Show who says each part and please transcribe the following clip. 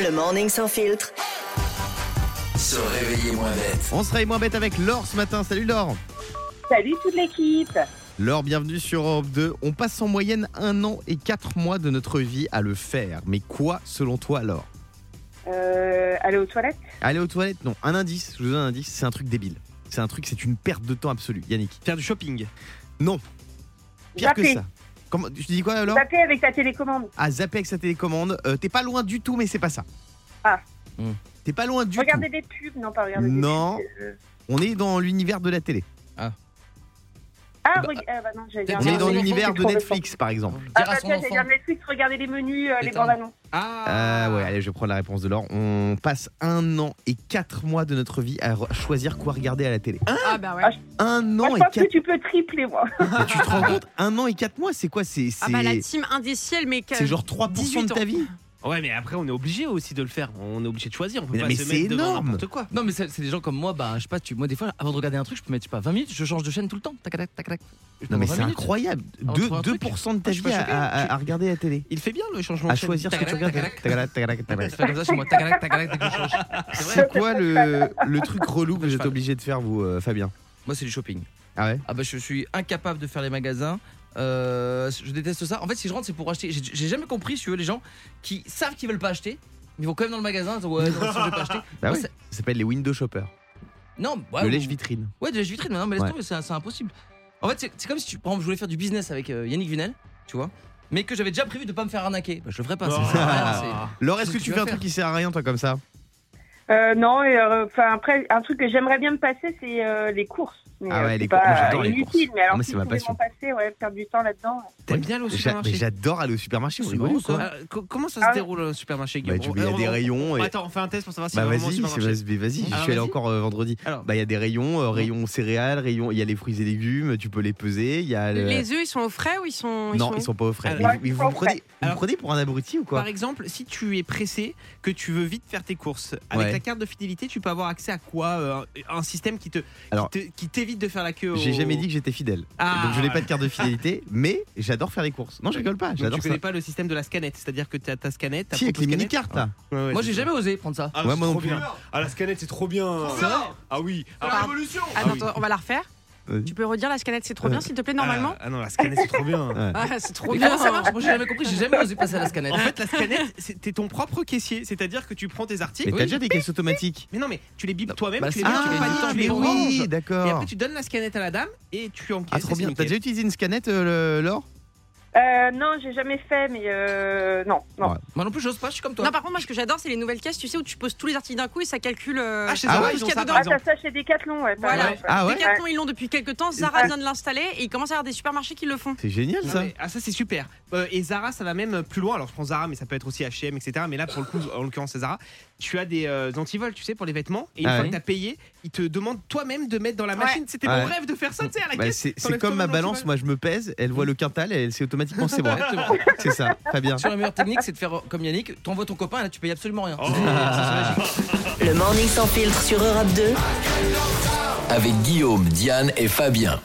Speaker 1: Le morning sans filtre.
Speaker 2: Se réveiller moins bête.
Speaker 3: On se réveille moins bête avec Laure ce matin. Salut Laure.
Speaker 4: Salut toute l'équipe.
Speaker 3: Laure, bienvenue sur Europe 2. On passe en moyenne un an et quatre mois de notre vie à le faire. Mais quoi, selon toi, Laure
Speaker 4: Euh, aller aux toilettes
Speaker 3: Aller aux toilettes Non. Un indice, je vous donne un indice, c'est un truc débile. C'est un truc, c'est une perte de temps absolue. Yannick.
Speaker 5: Faire du shopping.
Speaker 3: Non. Pire que
Speaker 4: Zapper.
Speaker 3: ça. Comment, tu dis quoi, Laure
Speaker 4: Taper avec ta télécommande.
Speaker 3: À zapper avec sa télécommande. Euh, T'es pas loin du tout, mais c'est pas ça.
Speaker 4: Ah.
Speaker 3: Hmm. T'es pas loin du
Speaker 4: regarder des pubs Non, pas regarder
Speaker 3: Non.
Speaker 4: des pubs. euh,
Speaker 3: tout. On est dans l'univers de la télé.
Speaker 4: Ah,
Speaker 5: Bah,
Speaker 4: reg- ah, bah non, j'allais dire-
Speaker 3: On
Speaker 5: Dire
Speaker 3: est
Speaker 5: à
Speaker 3: dans
Speaker 5: son
Speaker 3: l'univers de
Speaker 4: enfant qu'il trouve
Speaker 3: Netflix, par exemple.
Speaker 4: Ah,
Speaker 5: Dire à
Speaker 4: bah,
Speaker 5: son
Speaker 4: tiens, j'allais
Speaker 5: enfant.
Speaker 4: dire Netflix, regarder les menus, euh, les
Speaker 5: Éteins.
Speaker 4: bandes annonces.
Speaker 5: Ah
Speaker 3: Euh, ouais, allez, je prends la réponse de Laure. On passe un an et quatre mois de notre vie à re- choisir quoi regarder à la télé. Hein
Speaker 6: Ah bah ouais.
Speaker 4: Ah,
Speaker 3: Un
Speaker 4: Moi,
Speaker 3: an
Speaker 4: je
Speaker 3: et
Speaker 4: pense
Speaker 3: quatre.
Speaker 4: que tu peux tripler, moi.
Speaker 3: Mais tu te rends compte Un an et quatre mois, c'est quoi C'est
Speaker 6: Ah bah la
Speaker 3: c'est-
Speaker 6: team indicielle mais que-
Speaker 3: c'est genre 3% de
Speaker 6: 18 ans.
Speaker 3: ta vie.
Speaker 7: Ouais, mais après, on est obligé aussi de le faire. On est obligé de choisir. On peut
Speaker 3: Mais-
Speaker 7: pas
Speaker 3: mais
Speaker 7: se
Speaker 3: c'est
Speaker 7: mettre devant
Speaker 3: énorme.
Speaker 7: n'importe quoi.
Speaker 5: Non, mais c'est c'est des gens comme moi, bah, je sais pas, tu, moi, des fois, avant de regarder un truc, je peux mettre, je sais pas, 20 minutes, je change de chaîne tout le temps. Tac, tac, tac, tac. Je
Speaker 3: Non,
Speaker 5: mets
Speaker 3: mais
Speaker 5: 20
Speaker 3: c'est
Speaker 5: minutes.
Speaker 3: incroyable.
Speaker 5: On
Speaker 3: Deux-
Speaker 5: trouve un
Speaker 3: 2%, de
Speaker 5: truc.
Speaker 3: ta
Speaker 5: Moi, je suis
Speaker 3: vie
Speaker 5: pas
Speaker 3: à,
Speaker 5: choqué.
Speaker 3: à- à regarder la télé.
Speaker 7: Il fait bien le changement
Speaker 3: À
Speaker 7: de chaîne.
Speaker 3: choisir ce que tu regardes. Tagalac, tagalac, tagalac.
Speaker 5: Je fais comme ça chez moi. Tac, tac, tac, tac, tac, je change.
Speaker 7: C'est vrai.
Speaker 3: C'est quoi le, le truc relou que j'étais obligé de faire, vous, euh, Fabien
Speaker 5: Moi, c'est du shopping.
Speaker 3: Ah ouais
Speaker 5: Ah bah je suis incapable de faire les magasins. Euh, je déteste ça. En fait, si je rentre, c'est pour acheter. J'ai- J'ai jamais compris, si tu veux, les gens qui savent qu'ils veulent pas acheter, mais ils vont quand même dans le magasin. ils disent, Ouais, non, si je vais pas acheter.
Speaker 3: Bah
Speaker 5: Moi,
Speaker 3: ouais.
Speaker 5: c'est-
Speaker 3: Ça s'appelle les window shoppers.
Speaker 5: Non, ouais,
Speaker 3: le
Speaker 5: ou-
Speaker 3: lèche-vitrine.
Speaker 5: Ouais, de la vitrine, mais non, mais laisse
Speaker 3: Ouais.
Speaker 5: tomber, c'est c'est impossible. En fait, c'est- c'est comme si tu, par exemple, je voulais faire du business avec euh, Yannick Vinel, tu vois, mais que j'avais déjà prévu de pas me faire arnaquer. Bah, je le ferais pas. c'est- c'est-
Speaker 7: Ah.
Speaker 3: Laure, est-ce que
Speaker 5: Qu'est-ce que
Speaker 3: tu
Speaker 5: tu
Speaker 3: fais
Speaker 5: vas
Speaker 3: un truc
Speaker 5: faire
Speaker 3: qui sert à rien, toi, comme ça
Speaker 4: Euh, non, et, euh, enfin, après, un truc que j'aimerais bien me passer, c'est euh, les courses. Mais,
Speaker 3: Ah
Speaker 4: euh,
Speaker 3: ouais,
Speaker 4: c'est
Speaker 3: les
Speaker 4: pas,
Speaker 3: courses. Moi, j'adore
Speaker 4: euh,
Speaker 3: les
Speaker 4: inutile,
Speaker 3: courses.
Speaker 4: mais alors,
Speaker 3: Ah, mais
Speaker 4: si
Speaker 3: c'est ma
Speaker 4: je pouvais m'en
Speaker 3: passion.
Speaker 4: passer, ouais, perdre du temps là-dedans.
Speaker 7: T'aimes bien le au
Speaker 3: J'a- mais
Speaker 7: supermarché
Speaker 3: J'adore aller au supermarché, on
Speaker 5: C'est
Speaker 3: rigole
Speaker 5: marrant,
Speaker 3: ou quoi
Speaker 5: ça.
Speaker 7: Ah, co- Comment ça
Speaker 4: Ah
Speaker 7: se
Speaker 4: ouais.
Speaker 7: déroule au supermarché
Speaker 3: Bah,
Speaker 7: Guillaume Euh,
Speaker 3: tu- il y a
Speaker 7: On-
Speaker 3: des
Speaker 7: on-
Speaker 3: rayons et-
Speaker 7: Attends, on fait un test pour savoir si
Speaker 3: Bah
Speaker 7: on
Speaker 3: vas-y,
Speaker 7: vraiment au
Speaker 3: c'est-
Speaker 7: supermarché.
Speaker 3: vas-y, vas-y,
Speaker 5: Ah,
Speaker 3: je suis allé
Speaker 5: vas-y.
Speaker 3: encore euh, vendredi.
Speaker 5: Alors.
Speaker 3: Bah il y a des rayons, euh, rayons céréales, rayons, il y a les fruits et légumes, tu peux les peser, il y a le-
Speaker 6: Les œufs ils sont au frais ou ils sont
Speaker 3: euh, Non, ils
Speaker 6: ils sont...
Speaker 3: sont pas au frais.
Speaker 7: Alors,
Speaker 3: Mais vous,
Speaker 4: ils
Speaker 3: vous
Speaker 4: sont au
Speaker 3: me prenez,
Speaker 4: frais.
Speaker 3: vous me
Speaker 7: Alors-
Speaker 3: prenez pour un abruti ou quoi
Speaker 7: Par exemple, si tu es pressé, que tu veux vite faire tes courses, avec
Speaker 3: Ouais.
Speaker 7: la carte de fidélité, tu peux avoir accès à quoi euh, un, un système qui te qui
Speaker 3: Alors-
Speaker 7: te- qui t'évite de faire la queue.
Speaker 3: J'ai
Speaker 7: au-
Speaker 3: jamais dit que j'étais fidèle.
Speaker 7: oh. Ah.
Speaker 3: Donc je n'ai pas de carte de fidélité, mais j'adore faire les courses. Non, je rigole pas,
Speaker 7: Donc,
Speaker 3: j'adore
Speaker 7: tu
Speaker 3: ça.
Speaker 7: connais pas le système de la scanette, c'est-à-dire que tu as ta scanette, ta
Speaker 3: Si, avec les
Speaker 7: proto-scanette.
Speaker 3: mini-cartes là.
Speaker 7: Ouais, ouais,
Speaker 5: Moi,
Speaker 7: c'est
Speaker 5: j'ai
Speaker 7: ça.
Speaker 5: jamais osé prendre ça.
Speaker 8: Ah,
Speaker 3: Ouais,
Speaker 8: c'est
Speaker 3: moi non
Speaker 8: trop
Speaker 3: plus.
Speaker 8: bien. Ah, la scanette, c'est trop bien. Ah oui.
Speaker 6: la
Speaker 8: Ah, révolution.
Speaker 6: Attends, attends, on va la refaire.
Speaker 3: Vas-y.
Speaker 6: Tu peux redire la scanette c'est trop
Speaker 3: Euh,
Speaker 6: bien s'il te plaît normalement
Speaker 8: Ah non, la scanette, c'est trop bien.
Speaker 6: Ah, c'est trop
Speaker 5: Mais
Speaker 6: bien.
Speaker 5: comment ça marche Moi, j'ai jamais compris. J'ai jamais osé passer à la scanette.
Speaker 7: En fait, la scanette, c'est- t'es ton propre caissier, c'est-à-dire que tu prends tes articles.
Speaker 3: Mais t'as déjà des caisses automatiques
Speaker 7: Mais non, mais tu les bipes toi-même,
Speaker 5: bah,
Speaker 7: tu les
Speaker 5: c'est-
Speaker 7: mets dans
Speaker 5: Ah,
Speaker 7: le panier,
Speaker 5: attends,
Speaker 7: tu les
Speaker 3: mais
Speaker 7: ranges.
Speaker 3: oui,
Speaker 7: Et
Speaker 3: d'accord.
Speaker 7: après, tu donnes la scanette à la dame et tu encaisses.
Speaker 3: Ah, trop
Speaker 7: et
Speaker 3: bien.
Speaker 7: c'est
Speaker 3: T'as déjà
Speaker 7: nickel.
Speaker 3: utilisé une scanette, euh, le- Laure
Speaker 4: Euh, non, j'ai jamais fait, mais euh, non, non.
Speaker 3: Ouais.
Speaker 5: Moi non plus, j'ose pas. Je suis comme toi.
Speaker 6: Non par contre moi ce que j'adore c'est les nouvelles caisses tu sais où tu poses tous les articles d'un coup et ça calcule. euh,
Speaker 7: Ah, chez
Speaker 3: Ah
Speaker 7: Zara,
Speaker 3: ouais,
Speaker 7: ils
Speaker 6: ce
Speaker 7: ont
Speaker 6: qu'il y a
Speaker 7: ça,
Speaker 6: dedans.
Speaker 7: par
Speaker 4: Ah,
Speaker 7: exemple.
Speaker 4: t'as ça chez Decathlon, ouais. par
Speaker 6: Voilà.
Speaker 4: exemple.
Speaker 3: Ah ouais
Speaker 6: Decathlon, ils l'ont depuis quelques temps. Zara vient de l'installer et il commence à y avoir des supermarchés qui le font.
Speaker 3: C'est génial
Speaker 7: Non,
Speaker 3: ça.
Speaker 7: mais- ah ça c'est super. Euh, et Zara ça va même plus loin. Alors je prends Zara mais ça peut être aussi H&M etc. Mais là pour le coup en l'occurrence c'est Zara. Tu as des euh, antivols tu sais pour les vêtements et une
Speaker 3: Ah
Speaker 7: fois
Speaker 3: ouais.
Speaker 7: que t'as payé ils te demandent toi-même de mettre dans la
Speaker 6: Ouais.
Speaker 7: machine. C'était
Speaker 3: Ouais.
Speaker 7: mon rêve de faire ça tu sais à la
Speaker 3: Bah,
Speaker 7: caisse.
Speaker 3: c'est c'est
Speaker 7: t'enlèves
Speaker 3: comme ma
Speaker 7: toi-même
Speaker 3: balance,
Speaker 7: l'antivol.
Speaker 3: moi je me pèse, elle voit le quintal et elle sait automatiquement que c'est moi.
Speaker 5: Exactement.
Speaker 3: C'est ça, Fabien.
Speaker 5: Sur la meilleure technique, c'est de faire euh, comme Yannick. T'envoies ton copain et là, tu payes absolument rien.
Speaker 1: Le morning sans filtre sur Europe 2.
Speaker 2: Avec Guillaume, Diane et Fabien.